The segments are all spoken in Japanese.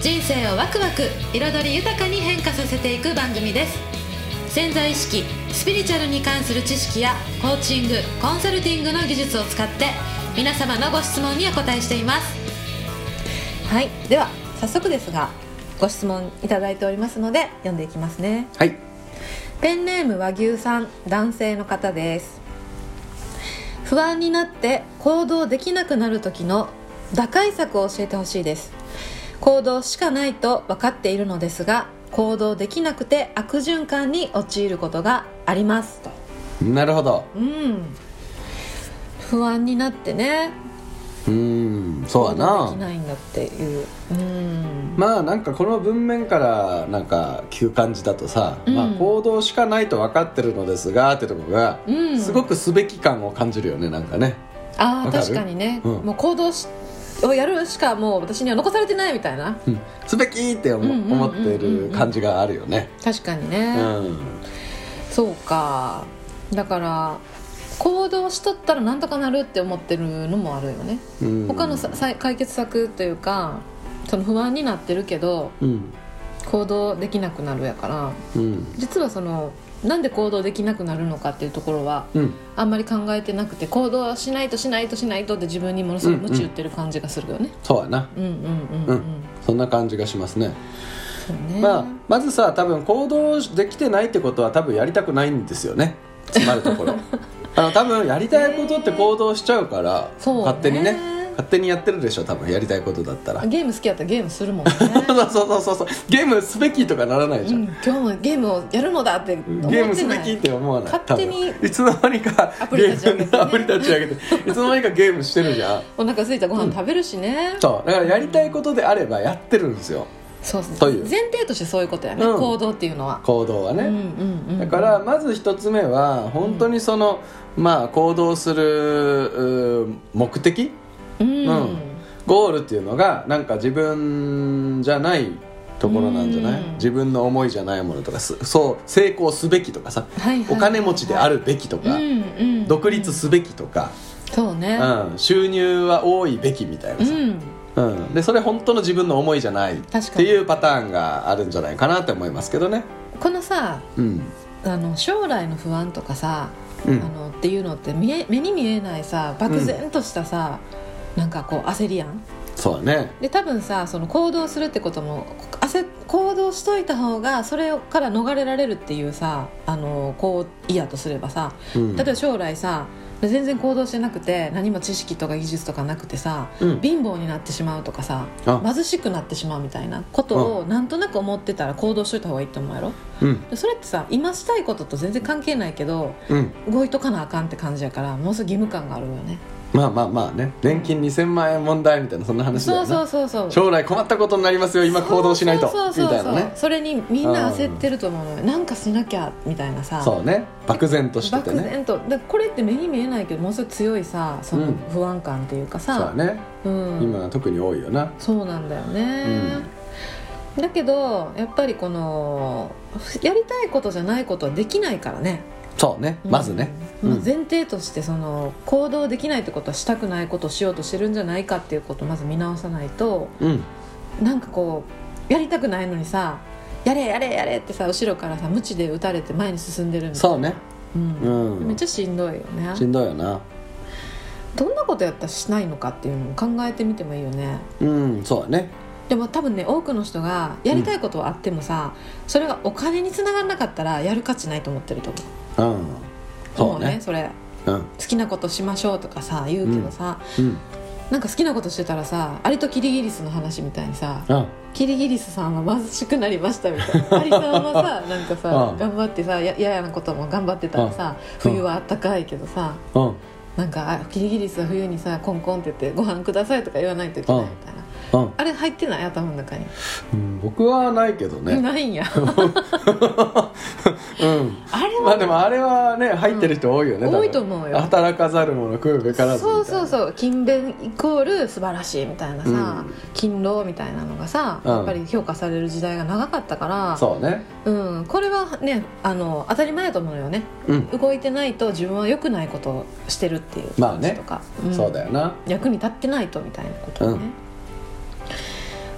人生をワクワク彩り豊かに変化させていく番組です潜在意識スピリチュアルに関する知識やコーチングコンサルティングの技術を使って皆様のご質問にお答えしていますはいでは早速ですがご質問いただいておりますので読んでいきますねはいペンネーム和牛さん男性の方です不安になって行動できなくなる時の打開策を教えてほしいです行動しかないと分かっているのですが行動できなくて悪循環に陥ることがありますとなるほどうん不安になってねうーんそうやなできないんだっていううんまあなんかこの文面からなんか聞く感じだとさ、うんまあ行動しかないと分かってるのですがってとこが、うんすごくすべき感を感じるよねなんかねああわかる確かにね、うんもう行動しをやるしかもう私には残されてないみたいなうんすべきって思,、うんうんうんうんうん思ってる感じがあるよね確かにうね、んそうかだから行動しとったらなんとかなるって思ってるのもあるよねうん他のささい解決策というかその不安になってるけどうん行動できなくなるやからうん実はそのなんで行動できなくなるのかっていうところはうんあんまり考えてなくて行動しないとしないとしないとって自分にものすごい鞭打ってる感じがするよね、そうやなうん、うんうんうんうんそんな感じがしますね、そうね、まあ、まずさ多分行動できてないってことは多分やりたくないんですよねつまるとこ ろあの多分やりたいことって行動しちゃうから、そうね勝手にね勝手にやってるでしょ多分やりたいことだったらゲーム好きやったらゲームす るもんね、そうそうそうそうゲームすべきとかならないじうゃん、ん、今日もゲームをやるのだって思ってないゲームすべきって思わない勝手に多分いつの間にかアプリ立ち上げてねゲームアプリ立ち上げていつの間にかゲームしてるじゃんお腹空いたらご飯食べるしね、そうだからやりたいことであればやってるんですよそうそうという前提としてそういうことやね、うん行動っていうのは、行動はね、うんうんうん、だからまず一つ目は本当にその、まあ行動するうー目的うん、うんゴールっていうのがなんか自分じゃないところなんじゃないうん自分の思いじゃないものとかすそう成功すべきとかさはいはいはいお金持ちであるべきとか、うんうん、独立すべきとか、そうねうん、収入は多いべきみたいなうさ、ん、うん、でそれ本当の自分の思いじゃないっ確かてにいうパターンがあるんじゃないかなって思いますけどね。このさうんあの将来の不安とかさ、うあんのっていうのって見え目に見えないさ漠然としたさ、なんかこう焦りやんそうだねで多分さその行動するってことも焦行動しといた方がそれから逃れられるっていうさあのこういやとすればさうん例えば将来さ全然行動してなくて何も知識とか技術とかなくてさうん貧乏になってしまうとかさあ貧しくなってしまうみたいなことをなんとなく思ってたら行動しといた方がいいと思うやろうんでそれってさ今したいことと全然関係ないけどうん動いとかなあかんって感じやからもうすぐ義務感があるよねまあまあまあね年金2000万円問題みたいなそんな話だよそなうそうそうそう将来困ったことになりますよ今行動しないとそうそうみそたうそいうなねそれにみんな焦ってると思うのよなんかしなきゃみたいなさそうね漠然としてて漠ね然とでこれって目に見えないけどもうすごい強いさその不安感っていうかそうさだ、ねうん今は特に多いよなそうなんだよね、だけどやっぱりこのやりたいことじゃないことはできないからねそうねうんまずねまあうん前提としてその行動できないってことはしたくないことをしようとしてるんじゃないかっていうことをまず見直さないとうんなんかこうやりたくないのにさやれやれやれってさ後ろからさ無知で打たれて前に進んでるみたいなそうねうんうんめっちゃしんどいよねしんどいよなどんなことやったらしないのかっていうのを考えてみてもいいよねうんそうだねでも多分ね多くの人がやりたいことはあってもさ、それがお金につながらなかったらやる価値ないと思ってると思ううんそ思ううねねそれうん好きなことしましょうとかさ言うけどさ、うんなんか好きなことしてたらさアリとキリギリスの話みたいにさうんキリギリスさんは貧しくなりましたみたいなアリさんは さなんかさ、うん頑張ってさやややなことも頑張ってたらさ、うん冬はあったかいけどさうんなんかあキリギリスは冬にさコンコンって言ってご飯くださいとか言わないといけないみたいなうんあれ入ってない頭の中に、うん、僕はないけどね ないん やうんあれまあはでもあれはね入ってる人多いよね、う多ん分多いと思うよ働かざる者食うべからずみたいそなうそうそう勤勉イコール素晴らしいみたいなさ、うん勤労みたいなのがさ、うんやっぱり評価される時代が長かったからそうねう、ん、これはねあの当たり前だと思うよねうん、動いてないと自分は良くないことをしてるっていうまあ感ねじとか、んそうだよな役に立ってないとみたいなことね、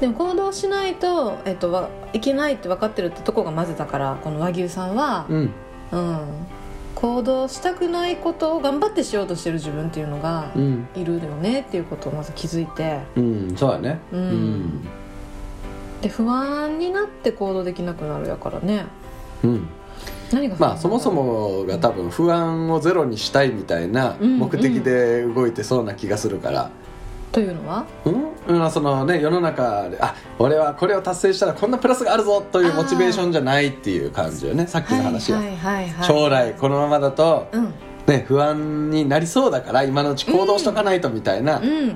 でも行動しないと、えっと、わいけないって分かってるってとこがまずだからこの和牛さんは、うんうん行動したくないことを頑張ってしようとしてる自分っていうのがうんいるよねっていうことをまず気づいてうんそうだねうんで不安になって行動できなくなるやからねうん、うん何が不安まあそもそもが多分不安をゼロにしたいみたいなうん目的で動いてそうな気がするから、というのはうんうんそのね、世の中であ俺はこれを達成したらこんなプラスがあるぞというモチベーションじゃないっていう感じよねさっきの話は、はいはいはいはい将来このままだと、うんね、不安になりそうだから今のうち行動しとかないとみたいなうん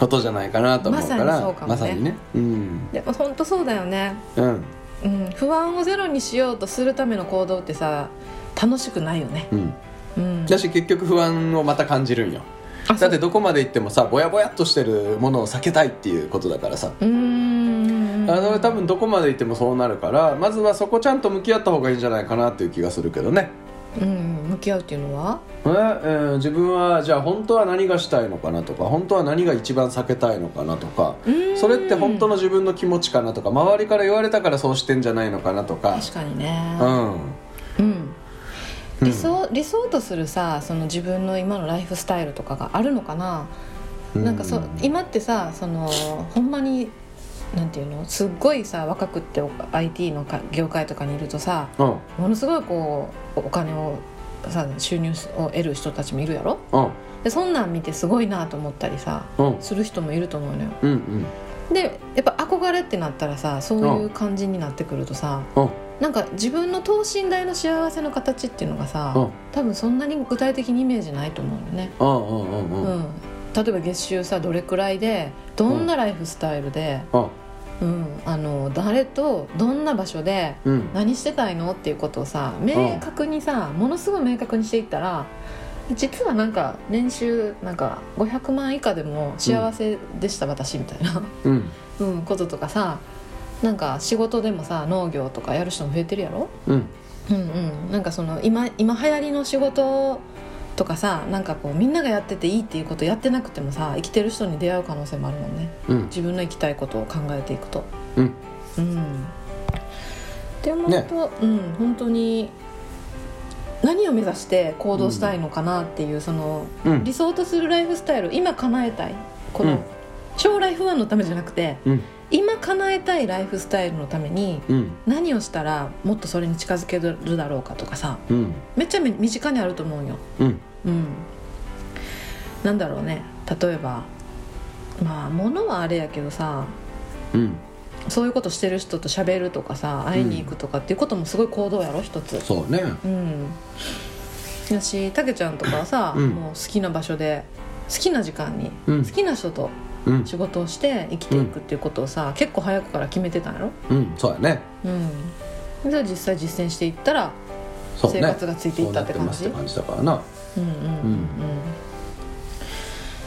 ことじゃないかなと思うから、ままささににそうねうんでも本当そうだよねうんうん、不安をゼロにしようとするための行動ってさ楽しくないよね、うんうん、だし結局不安をまた感じるんよあそだうってどこまで行ってもさぼやぼやっとしてるものを避けたいっていうことだからさ、うーんあの多分どこまで行ってもそうなるからまずはそこちゃんと向き合った方がいいんじゃないかなっていう気がするけどねうん、向き合うっていうのはええー自分はじゃあ本当は何がしたいのかなとか本当は何が一番避けたいのかなとかうーんそれって本当の自分の気持ちかなとか周りから言われたからそうしてんじゃないのかなとか確かにねう、んうん、理想理想とするさその自分の今のライフスタイルとかがあるのかな、うんなんかそ今ってさそのほんまになんていうのすっごいさ若くって IT のか業界とかにいるとさうんものすごいこうお金をさ収入を得る人たちもいるやろうんでそんなん見てすごいなと思ったりさうんする人もいると思うのようんうんでやっぱ憧れってなったらさそういう感じになってくるとさ、うんなんか自分の等身大の幸せの形っていうのがさ、うん多分そんなに具体的にイメージないと思うよね、うんうんうんうんうんうん例えば月収さどれくらいでどんなライフスタイルで、うんあの誰とどんな場所でうん何してたいのっていうことをさ明確にさ、ものすごい明確にしていったら実はなんか年収なんか500万以下でも幸せでした、私みたいな、うんうん、こととかさなんか仕事でもさ農業とかやる人も増えてるやろ、うんうんうん、なんかその今今流行りの仕事とかさなんかこうみんながやってていいっていうことやってなくてもさ生きてる人に出会う可能性もあるもんねうん自分の生きたいことを考えていくと。うんうん、でも本当、うん、本当に何を目指して行動したいのかなっていう、そのうん理想とするライフスタイル今叶えたいこの、うん将来不安のためじゃなくてうん今叶えたいライフスタイルのためにうん何をしたらもっとそれに近づけるだろうかとかさうんめっちゃめ身近にあると思うよ。うんうん、なんだろうね例えばまあ物はあれやけどさうんそういうことしてる人と喋るとかさ会いに行くとかっていうこともすごい行動やろ一つそうねうんだしたけちゃんとかはさ、うんもう好きな場所で好きな時間にうん好きな人とうん仕事をして生きていくっていうことをさ、結構早くから決めてたんやろうんそうやねうんで実際実践していったらそう生ね活がついていそっうたなっってて感ますじって感じだからなうんうんうんうん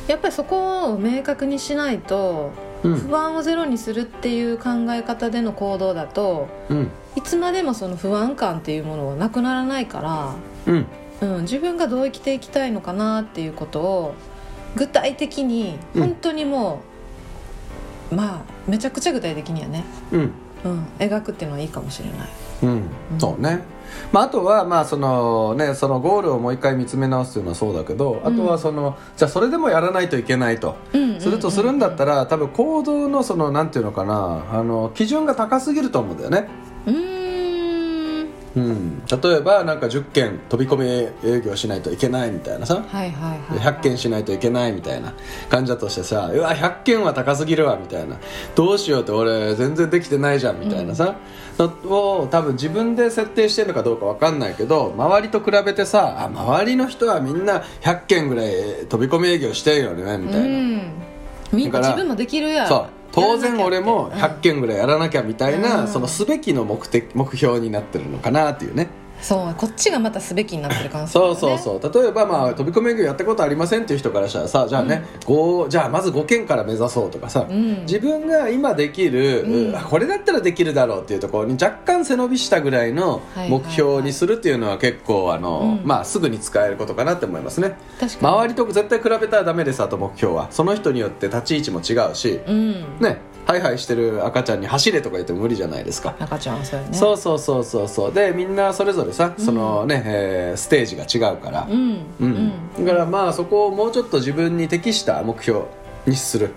やっぱりそこを明確にしないとうん不安をゼロにするっていう考え方での行動だとうんいつまでもその不安感っていうものはなくならないかうんら、うん、自分がどう生きていきたいのかなっていうことを具体的にうん本当にもう、まあめちゃくちゃ具体的にはね、うんうん、描くっていうのはいいかもしれない。うんうんそうね、まあ、あとはまあその、ね、そのゴールをもう一回見つめ直すというのはそうだけどあとはその、じゃあそれでもやらないといけないとうんうんうんするとするんだったら多分行動のそのなんていうのかなあの基準が高すぎると思うんだよね。うーんうん、例えばなんか10件飛び込み営業しないといけないみたいなさはいはいはい、はい、 100件しないといけないみたいな患者としてさ「うわ100件は高すぎるわ」みたいな「どうしようって俺全然できてないじゃん」みたいなさ、のを多分自分で設定してるのかどうか分かんないけど周りと比べてさあ周りの人はみんな100件ぐらい飛び込み営業してるよねみたいな、うんみんだなから自分もできるやそう当然俺もやらなきゃって100件ぐらいやらなきゃみたいな、うんそのすべきの目的目標になってるのかなっていうねそうこっちがまたすべきになってる感じ、そうそうそう例えばまあ飛び込み営業やったことありませんっていう人からしたらさじゃあね、五じゃあまず5件から目指そうとかさ、うん自分が今できる、うんあこれだったらできるだろうっていうところに若干背伸びしたぐらいのはいはいはい目標にするっていうのは結構あの、うんまあすぐに使えることかなって思いますね確かに周りと絶対比べたらダメですあと目標はその人によって立ち位置も違うし、うん、ねハイハイしてる赤ちゃんに走れとか言っても無理じゃないですか赤ちゃんはそうよねそううそうそうそうそうでみんなそれぞれさそのね、えーステージが違うから、んう、うんんだからまあそこをもうちょっと自分に適した目標にするっ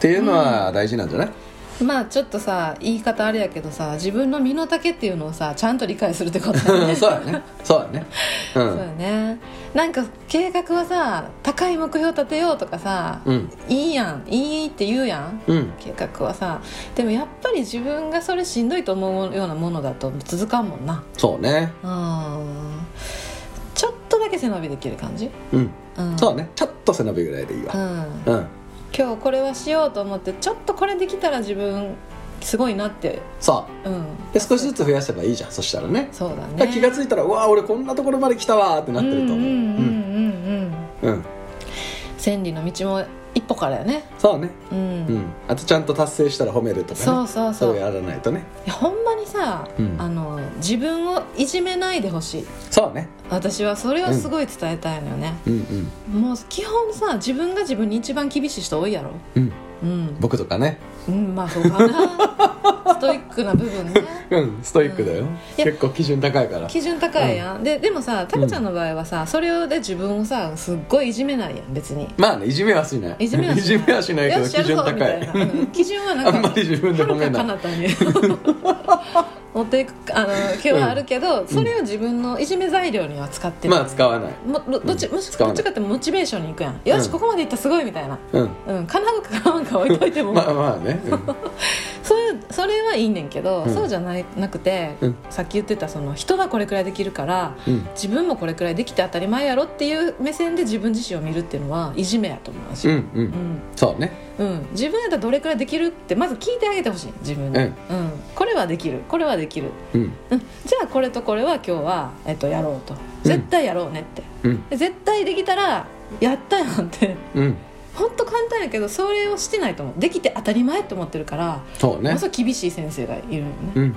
ていうのは大事なんじゃない、まあちょっとさ言い方あれやけどさ自分の身の丈っていうのをさちゃんと理解するってことだ ねそうだねそうだねうそうんよねなんか計画はさ高い目標立てようとかさ、うんいいやんいいって言うやんうん計画はさでもやっぱり自分がそれしんどいと思うようなものだと続かんもんなそうねうんちょっとだけ背伸びできる感じ、うんうん、そうだねちょっと背伸びぐらいでいいわうんうん今日これはしようと思ってちょっとこれできたら自分すごいなってそうんうで少しずつ増やせばいいじゃんそしたらねそうだだかねら気が付いたらうわー俺こんなところまで来たわーってなってると思うううんうんうんんうんうんうん千里の道も一歩からやねそうねうん、うんあとちゃんと達成したら褒めるとかねそうそうそうれやらないとねいやほんまにさ、うんあの自分をいじめないでほしいそうね私はそれをすごい伝えたいのよね、うんうんもう基本さ自分が自分に一番厳しい人多いやろうんうん、僕とかねうん、まあそうかなストイックな部 分ねうんストイックだよ、いや結構基準高いから基準高いやん、ででもさタクちゃんの場合はさそれで自分をさすっごいいじめないやん別にまあねいじめはしないいじめはしないはしないけどよしや基る準ぞみ高たいいなうん基準はなんあかんまり自分では褒めるなかい彼方に 持っていくあの気はあるけど、それを自分のいじめ材料には使ってる、まあ使わないもどどっちうんむし使わどないっちかってモチベーションにいくやんよし、うんここまでいったすごいみたいなうんうんかなうかかなんか置いといても、まあまあね、そういうそれはいいねんけど、うんそうじゃないなくて、うんさっき言ってたその人はこれくらいできるからうんうん自分もこれくらいできて当たり前やろっていう目線で自分自身を見るっていうのはいじめやと思うし、ううんうんんそうねうん、自分やったらどれくらいできるってまず聞いてあげてほしい自分に、うんうんこれはできるこれはできる、うんうん、じゃあこれとこれは今日は、えっと、やろうと絶対やろうねって、うんで絶対できたらやったやんってうん本当簡単やけどそれをしてないと思うできて当たり前と思ってるから、そうもねのすごい厳しい先生がいるよね、うんうん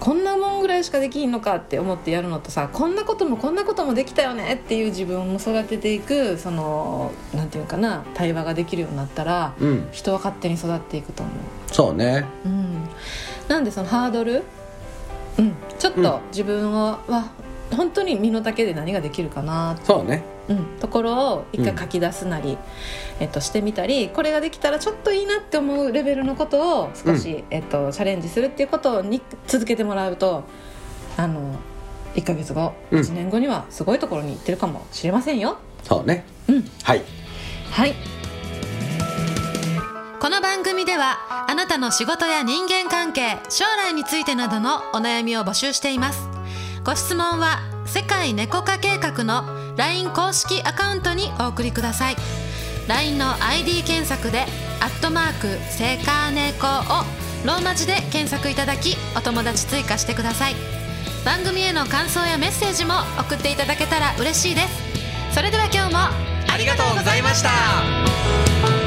こんなもんぐらいしかできんのかって思ってやるのとさこんなこともこんなこともできたよねっていう自分を育てていくそのなんていうかな対話ができるようになったらうん人は勝手に育っていくと思そうねう、うん、なんでそのハードル、うん、ちょっと自分を、は本当に身の丈で何ができるかな、そうねうん、ところを一回書き出すなり、えっと、してみたりこれができたらちょっといいなって思うレベルのことを少し、えっと、チャレンジするっていうことに続けてもらうとあの1ヶ月後うん1年後にはすごいところに行ってるかもしれませんよ。そうねうんはいはい。この番組ではあなたの仕事や人間関係、将来についてなどのお悩みを募集しています。ご質問は世界猫化計画の LINE 公式アカウントにお送りください。LINE の ID 検索でアットマークセカネコをローマ字で検索いただきお友達追加してください。番組への感想やメッセージも送っていただけたら嬉しいです。それでは今日もありがとうございました